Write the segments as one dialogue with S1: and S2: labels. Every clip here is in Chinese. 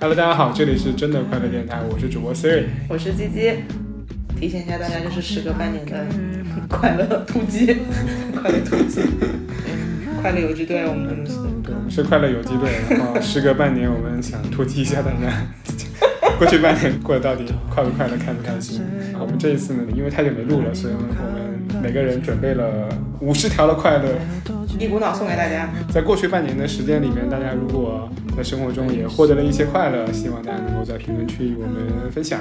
S1: Hello，大家好，这里是真的快乐电台，我是主播 Siri。
S2: 我是鸡鸡。提醒一下大家，这是时隔半年的 快乐突击， 快乐突击，嗯快乐游击队，我们真的是
S1: 对，我们是快乐游击队。然后时隔半年，我们想突击一下大家， 过去半年过得到底快不快乐，开不开心。然后我们这一次呢，因为太久没录了，所以我们每个人准备了五十条的快乐。
S2: 一股脑送给大家。
S1: 在过去半年的时间里面，大家如果在生活中也获得了一些快乐，希望大家能够在评论区与我们分享。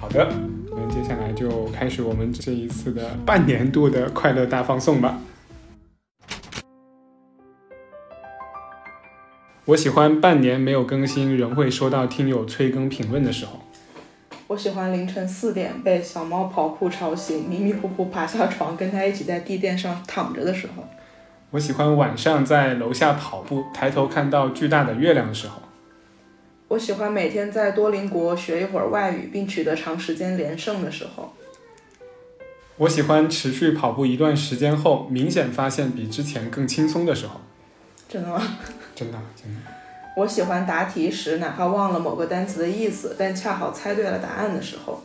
S1: 好的，我们接下来就开始我们这一次的半年度的快乐大放送吧。我喜欢半年没有更新，仍会收到听友催更评论的时候。
S2: 我喜欢凌晨四点被小猫跑酷吵醒，迷迷糊糊爬下床，跟它一起在地垫上躺着的时候。
S1: 我喜欢晚上在楼下跑步，抬头看到巨大的月亮的时候。
S2: 我喜欢每天在多邻国学一会儿外语，并取得长时间连胜的时候。
S1: 我喜欢持续跑步一段时间后，明显发现比之前更轻松的时候。
S2: 真的吗？
S1: 真的，啊真的。
S2: 我喜欢答题时，哪怕忘了某个单词的意思，但恰好猜对了答案的时候。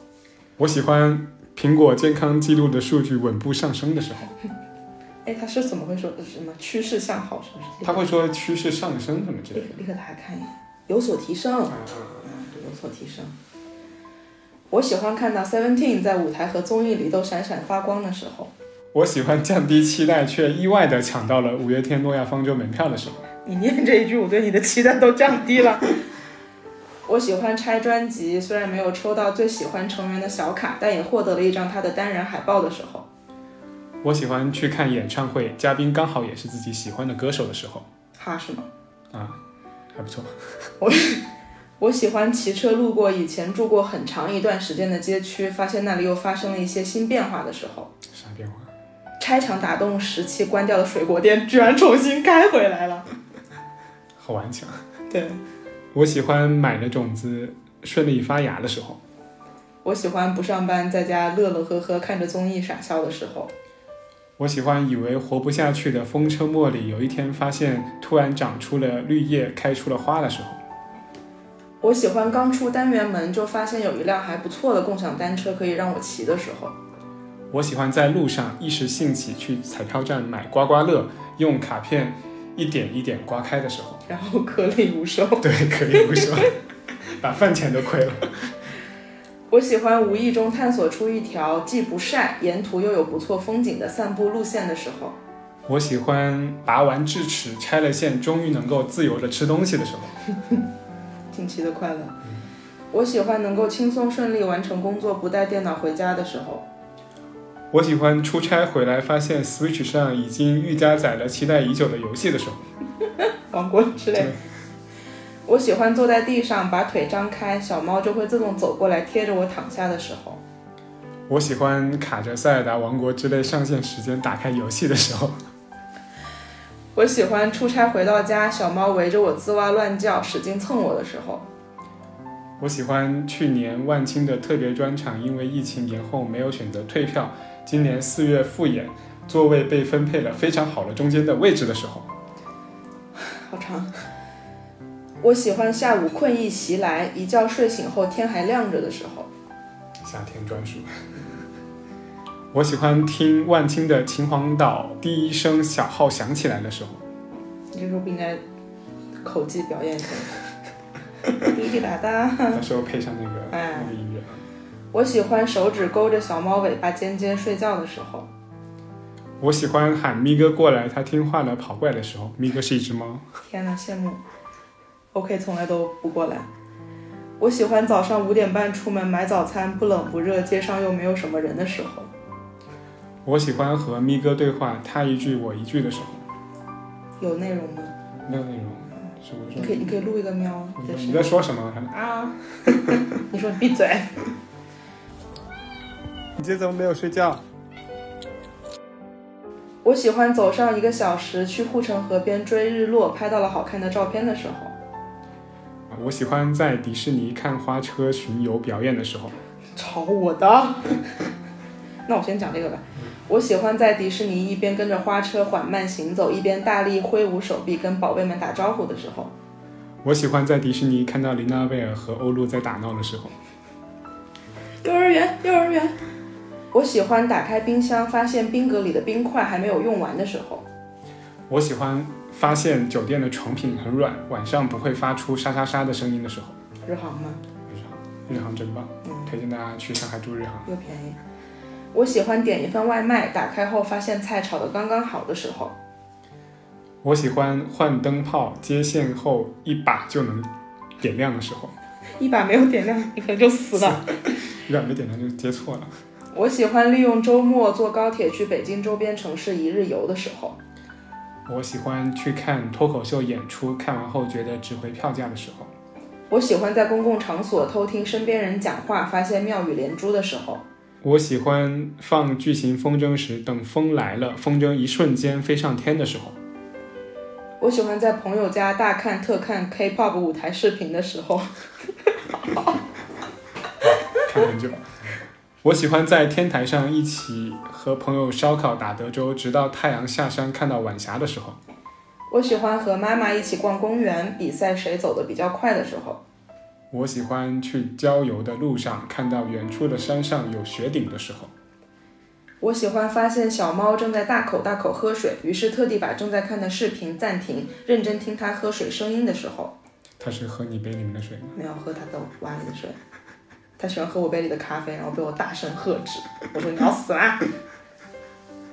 S1: 我喜欢苹果健康记录的数据稳步上升的时候。
S2: 哎，他是怎么会说什么趋势向好？是不是？
S1: 他会说趋势上升什么之类
S2: 立
S1: 的。
S2: 刻立刻打开看一眼，有所提升。
S1: 啊
S2: 嗯，对，有所提升。我喜欢看到 Seventeen 在舞台和综艺里都闪闪发光的时候。
S1: 我喜欢降低期待，却意外的抢到了五月天诺亚方舟门票的时候。
S2: 你念这一句，我对你的期待都降低了。我喜欢拆专辑，虽然没有抽到最喜欢成员的小卡，但也获得了一张他的单人海报的时候。
S1: 我喜欢去看演唱会，嘉宾刚好也是自己喜欢的歌手的时候，
S2: 哈，是吗？
S1: 还不错。
S2: 我喜欢骑车路过以前住过很长一段时间的街区，发现那里又发生了一些新变化的时候。
S1: 啥变化？
S2: 拆墙打洞时期关掉的水果店居然重新开回来了。
S1: 好顽强。
S2: 对，
S1: 我喜欢买了种子顺利发芽的时候。
S2: 我喜欢不上班，在家乐乐呵呵看着综艺傻笑的时候。
S1: 我喜欢以为活不下去的风车末里，有一天发现突然长出了绿叶，开出了花的时候。
S2: 我喜欢刚出单元门就发现有一辆还不错的共享单车可以让我骑的时候。
S1: 我喜欢在路上一时兴起去彩票站买刮刮乐，用卡片一点一点刮开的时候，
S2: 然后颗粒无收。
S1: 对，可以不说， 把饭钱都亏了。
S2: 我喜欢无意中探索出一条既不晒，沿途又有不错风景的散步路线的时候。
S1: 我喜欢拔完智齿、拆了线，终于能够自由的吃东西的时候。
S2: 近期的快乐。我喜欢能够轻松顺利完成工作，不带电脑回家的时候。
S1: 我喜欢出差回来发现 Switch 上已经预加载了期待已久的游戏的时候。
S2: 王国之类
S1: 对。
S2: 我喜欢坐在地上，把腿张开，小猫就会自动走过来贴着我躺下的时候。
S1: 我喜欢卡着《塞尔达王国》之类上线时间打开游戏的时候。
S2: 我喜欢出差回到家，小猫围着我吱哇乱叫，使劲蹭我的时候。
S1: 我喜欢去年万青的特别专场，因为疫情延后没有选择退票，今年四月复演，座位被分配了非常好的中间的位置的时候。
S2: 好长。我喜欢下午困意袭来，一觉睡醒后天还亮着的时候。
S1: 夏天专属。我喜欢听万青的《秦皇岛》第一声小号响起来的时候。
S2: 你这时候不应该口技表演一下吗？滴滴答答。
S1: 到时候配上那个
S2: 哎
S1: 那个音乐啊。
S2: 我喜欢手指勾着小猫尾巴尖尖睡觉的时候。
S1: 我喜欢喊咪哥过来，他听话了跑过来的时候，咪哥是一只猫。
S2: 天呐，羡慕。OK，从来都不过来。我喜欢早上五点半出门买早餐，不冷不热，街上又没有什么人的时候。
S1: 我喜欢和咪哥对话，他一句我一句的时候，
S2: 有内容吗？
S1: 没有内容，什么
S2: 你
S1: 说
S2: 可以，你可以录一个喵啊，这
S1: 嗯你
S2: 是。
S1: 在说什么？啊！
S2: 你说闭嘴。
S1: 你今天怎么没有睡觉？
S2: 我喜欢走上一个小时去护城河边追日落，拍到了好看的照片的时候。
S1: 我喜欢在迪士尼看花车巡游表演的时候，
S2: 吵我的！ 那我先讲这个吧。我喜欢在迪士尼一边跟着花车缓慢行走，一边大力挥舞手臂跟宝贝们打招呼的时候。
S1: 我喜欢在迪士尼看到琳娜贝尔和欧陆在打闹的时候。
S2: 幼儿园，幼儿园。我喜欢打开冰箱，发现冰格里的冰块还没有用完的时候。
S1: 我喜欢发现酒店的床品很软，晚上不会发出沙沙沙的声音的时候。
S2: 日航吗？
S1: 日航，日航真棒，推荐大家去上海住日航。
S2: 又便宜。我喜欢点一份外卖，打开后发现菜炒的刚刚好的时候。
S1: 我喜欢换灯泡接线后一把就能点亮的时候，
S2: 一把没有点亮，你可能就死了。
S1: 一把没点亮就接错了。
S2: 我喜欢利用周末坐高铁去北京周边城市一日游的时候。
S1: 我喜欢去看脱口秀演出，看完后觉得值回票价的时候。
S2: 我喜欢在公共场所偷听身边人讲话，发现妙语连珠的时候。
S1: 我喜欢放巨型风筝时，等风来了，风筝一瞬间飞上天的时候。
S2: 我喜欢在朋友家大看特看 K-pop 舞台视频的时候。
S1: 看很久。我喜欢在天台上一起和朋友烧烤打德州，直到太阳下山看到晚霞的时候。
S2: 我喜欢和妈妈一起逛公园，比赛谁走的比较快的时候。
S1: 我喜欢去郊游的路上看到远处的山上有雪顶的时候。
S2: 我喜欢发现小猫正在大口大口喝水，于是特地把正在看的视频暂停，认真听它喝水声音的时候。
S1: 他是喝你杯里面的水吗？
S2: 没有喝它的碗里的水，它喜欢喝我杯里的咖啡，然后被我大声喝止。我说你要死啊啦！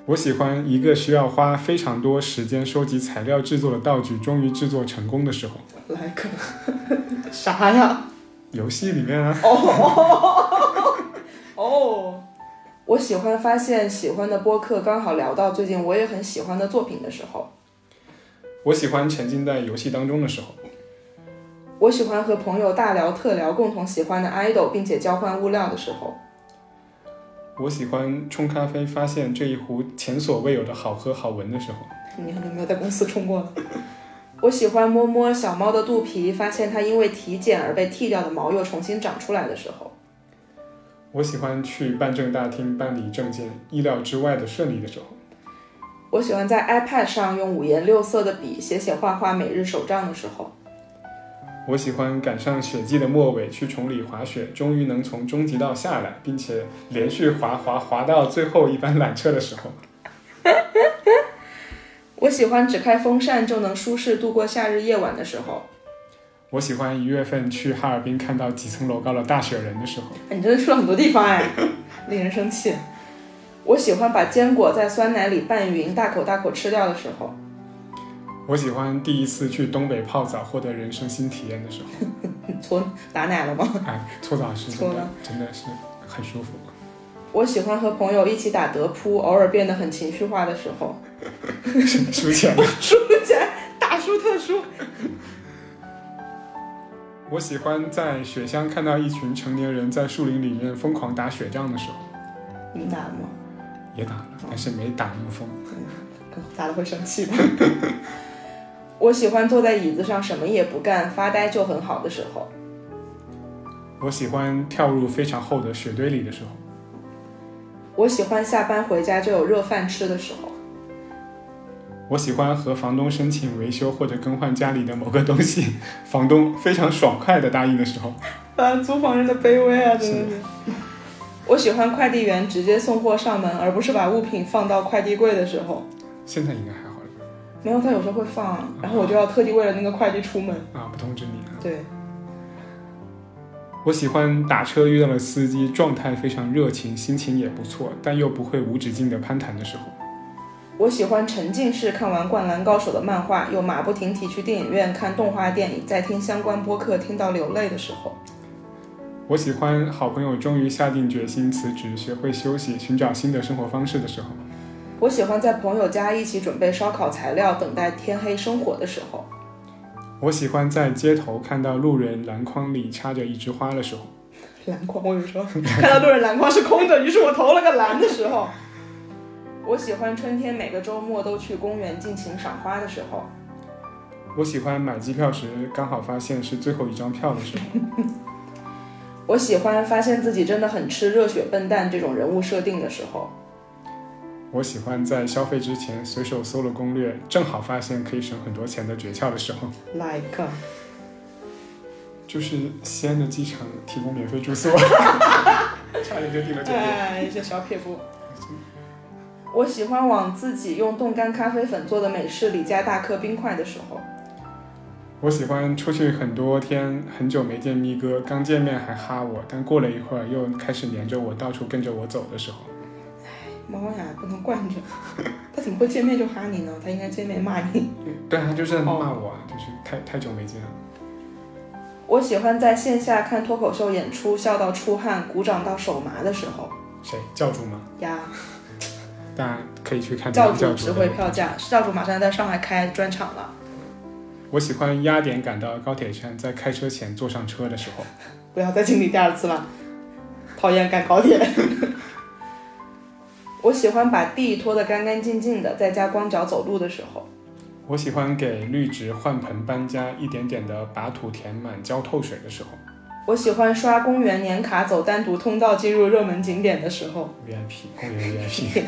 S1: 我喜欢一个需要花非常多时间收集材料制作的道具，终于制作成功的时候。
S2: 来个 啥呀？
S1: 游戏里面啊，
S2: 哦，我喜欢发现喜欢的播客刚好聊到最近我也很喜欢的作品的时候。
S1: 我喜欢沉浸在游戏当中的时候。
S2: 我喜欢和朋友大聊特聊共同喜欢的 idol，并且交换物料的时候。
S1: 我喜欢冲咖啡，发现这一壶前所未有的好喝好闻的时候。
S2: 你很久没有在公司冲过了。 我喜欢摸摸小猫的肚皮，发现它因为体检而被剃掉的毛又重新长出来的时候。
S1: 我喜欢去办证大厅办理证件，意料之外的顺利的时候。
S2: 我喜欢在 iPad 上用五颜六色的笔写写画画每日手账的时候。
S1: 我喜欢赶上雪季的末尾去崇礼滑雪，终于能从中级道下来，并且连续滑滑滑到最后一班缆车的时候。
S2: 我喜欢只开风扇就能舒适度过夏日夜晚的时候。
S1: 我喜欢一月份去哈尔滨看到几层楼高的大雪人的时候。
S2: 哎你真的去了很多地方哎，令人生气。我喜欢把坚果在酸奶里拌匀，大口大口吃掉的时候。
S1: 我喜欢第一次去东北泡澡获得人生新体验的时候。
S2: 搓打奶了吗？
S1: 哎，搓澡是真
S2: 搓
S1: 的
S2: 了
S1: 真的是很舒服。
S2: 我喜欢和朋友一起打德扑，偶尔变得很情绪化的时候。
S1: 输钱了。
S2: 输钱，大输特输。
S1: 我喜欢在雪乡看到一群成年人在树林里面疯狂打雪仗的时候，
S2: 你们打了吗？
S1: 也打了，但是没打那么疯。
S2: 打了会生气吧。 我喜欢坐在椅子上什么也不干，发呆就很好的时候。
S1: 我喜欢跳入非常厚的雪堆里的时候。
S2: 我喜欢下班回家就有热饭吃的时候。
S1: 我喜欢和房东申请维修或者更换家里的某个东西，房东非常爽快的答应的时候。
S2: 啊，租房人的卑微啊，
S1: 真的
S2: 是。我喜欢快递员直接送货上门，而不是把物品放到快递柜的时候。
S1: 现在应该还好了
S2: 没有，他有时候会放啊，然后我就要特地为了那个快递出门。
S1: 吧？啊，不通知你啊。
S2: 对，
S1: 我喜欢打车遇到的司机，状态非常热情，心情也不错，但又不会无止境的攀谈的时候。
S2: 我喜欢沉浸式看完《灌篮高手》的漫画，又马不停蹄去电影院看动画电影，在听相关播客听到流泪的时候。
S1: 我喜欢好朋友终于下定决心辞职，学会休息，寻找新的生活方式的时候。
S2: 我喜欢在朋友家一起准备烧烤材料，等待天黑生火的时候。
S1: 我喜欢在街头看到路人篮筐里插着一枝花的时候。
S2: 篮筐，我有时候看到路人篮筐是空的，于是我投了个篮的时候。我喜欢春天每个周末都去公园尽情赏花的时候。
S1: 我喜欢买机票时刚好发现是最后一张票的时候。
S2: 我喜欢发现自己真的很吃热血笨蛋这种人物设定的时候。
S1: 我喜欢在消费之前随手搜了攻略，正好发现可以省很多钱的诀窍的时候。
S2: Like，
S1: 就是西安的机场提供免费住宿， 差点就定了酒店。
S2: 哎，这小撇步。我喜欢往自己用冻干咖啡粉做的美式里加大颗冰块的时候。
S1: 我喜欢出去很多天，很久没见咪哥，刚见面还哈我，但过了一会儿又开始黏着我，到处跟着我走的时候。
S2: 猫呀，不能惯着。他怎么会见面就哈你呢？他应该见面骂你。
S1: 对啊，他就是在骂我啊，就是太太久没见了。
S2: 我喜欢在线下看脱口秀演出，笑到出汗，鼓掌到手麻的时候。
S1: 谁教主吗？
S2: 呀，
S1: 大家可以去看
S2: 教
S1: 主
S2: 主值回票价，教主马上在上海开专场了。
S1: 我喜欢压点赶到高铁站，在开车前坐上车的时候。
S2: 不要再经历第二次了，讨厌赶高铁。 我喜欢把地拖得干干净净的，在家光脚走路的时候。
S1: 我喜欢给绿植、换盆、搬家，一点点的把土填满、浇透水的时候。
S2: 我喜欢刷公园年卡，走单独通道进入热门景点的时 候。
S1: VIP 公园 VIP。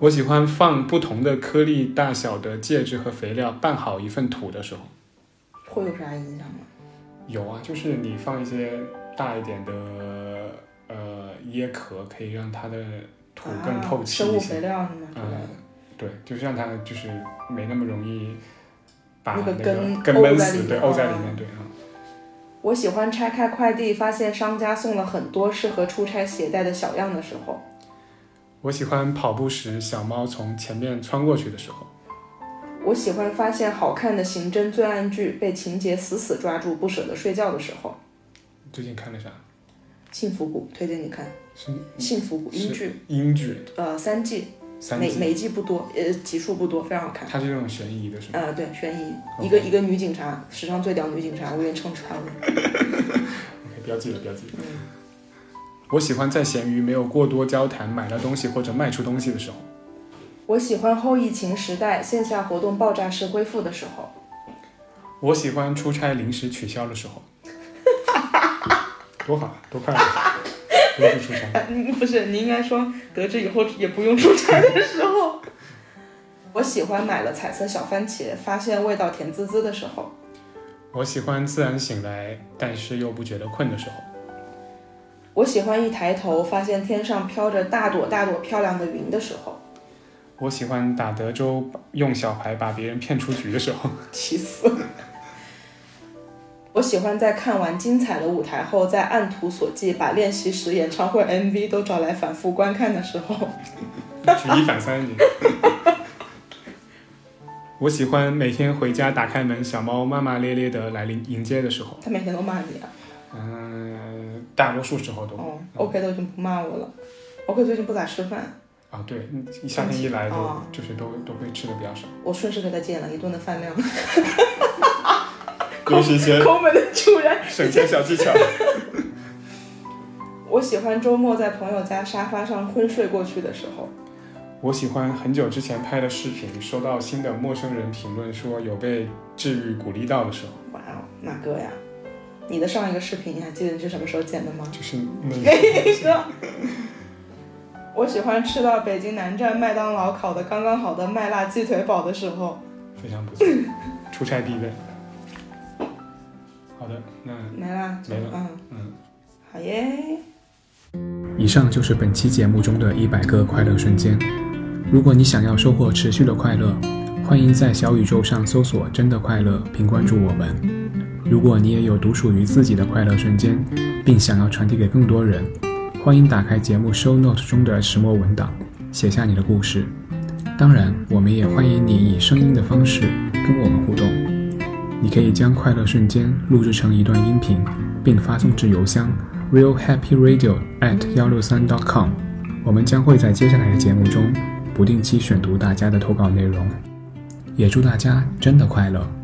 S1: 我喜欢放不同的颗粒大小的介质和肥料，拌好一份土的时候。
S2: 会有啥影响吗？
S1: 有啊，就是你放一些大一点的呃椰壳，可以让它的土更透气
S2: 啊、生
S1: 一
S2: 物
S1: 些。
S2: 肥料是吗？
S1: 嗯，对，就是让它就是没那么容易把
S2: 那个
S1: 根
S2: 根
S1: 根
S2: 沤
S1: 闷
S2: 在
S1: 死，
S2: 里
S1: 对，
S2: 面
S1: 沤在
S2: 啊
S1: 里面，对啊。
S2: 我喜欢拆开快递，发现商家送了很多适合出差携带的小样的时候。
S1: 我喜欢跑步时小猫从前面穿过去的时候。
S2: 我喜欢发现好看的刑侦罪案剧被情节死死抓住，不舍得睡觉的时候。
S1: 最近看了啥？
S2: 幸福谷推荐你看，
S1: 是
S2: 幸福谷英
S1: 嗯
S2: 剧，
S1: 是英剧
S2: 呃，三季，
S1: 三
S2: 每
S1: 集，
S2: 每季不多，呃，集数不多，非常好看。
S1: 它是那种悬疑的，是吧？
S2: 呃，对，悬疑，
S1: OK
S2: 一个一个女警察，史上最屌女警察，我有点撑穿了。
S1: OK，标记了，标记了。
S2: 嗯
S1: 我喜欢在闲鱼没有过多交谈，买了东西或者卖出东西的时候。
S2: 我喜欢后疫情时代线下活动爆炸式恢复的时候。
S1: 我喜欢出差临时取消的时候。 多好，啊，多快乐，多去出差。
S2: 啊，嗯 不是，你应该说得知以后也不用出差的时候。 我喜欢买了彩色小番茄，发现味道甜滋滋的时候。
S1: 我喜欢自然醒来，但是又不觉得困的时候。
S2: 我喜欢一抬头发现天上飘着大朵大朵漂亮的云的时候。
S1: 我喜欢打德州，用小牌把别人骗出局的时候。
S2: 气死！我喜欢在看完精彩的舞台后，在按图索骥把练习时演唱会 MV 都找来反复观看的时候。
S1: 举一反三你。我喜欢每天回家打开门，小猫骂骂咧咧的来迎迎接的时候。
S2: 他每天都骂你啊？
S1: 嗯、大多数时候都啊、
S2: 哦，OK 都已经不骂我了。OK 最近不咋吃饭，
S1: 啊对，一夏天一来都、
S2: 哦
S1: 就是都都会吃的比较少，
S2: 我顺势给他减了一顿 的饭量。
S1: 都是一些
S2: 抠门的主人。
S1: 省钱小技巧。
S2: 我喜欢周末在朋友家沙发上昏睡过去的时候。
S1: 我喜欢很久之前拍的视频，收到新的陌生人评论说有被治愈鼓励到的时候，
S2: 哇哦，哪个呀？你的上一个视频你还记得你是什么时候剪的吗？
S1: 就是那
S2: 一个。 我喜欢吃到北京南站麦当劳烤的刚刚好的麦辣鸡腿堡的时候，
S1: 非常不错，出差必备。好的，那
S2: 没啦，
S1: 没了
S2: 嗯
S1: 嗯。
S2: 好耶。
S1: 以上就是本期节目中的一百个快乐瞬间。如果你想要收获持续的快乐，欢迎在小宇宙上搜索“真的快乐”并关注我们。如果你也有独属于自己的快乐瞬间，并想要传递给更多人，欢迎打开节目 show note 中的石墨文档，写下你的故事。当然，我们也欢迎你以声音的方式跟我们互动。你可以将快乐瞬间录制成一段音频，并发送至邮箱 realhappyradio@ at 幺六三 .com。我们将会在接下来的节目中不定期选读大家的投稿内容。也祝大家真的快乐！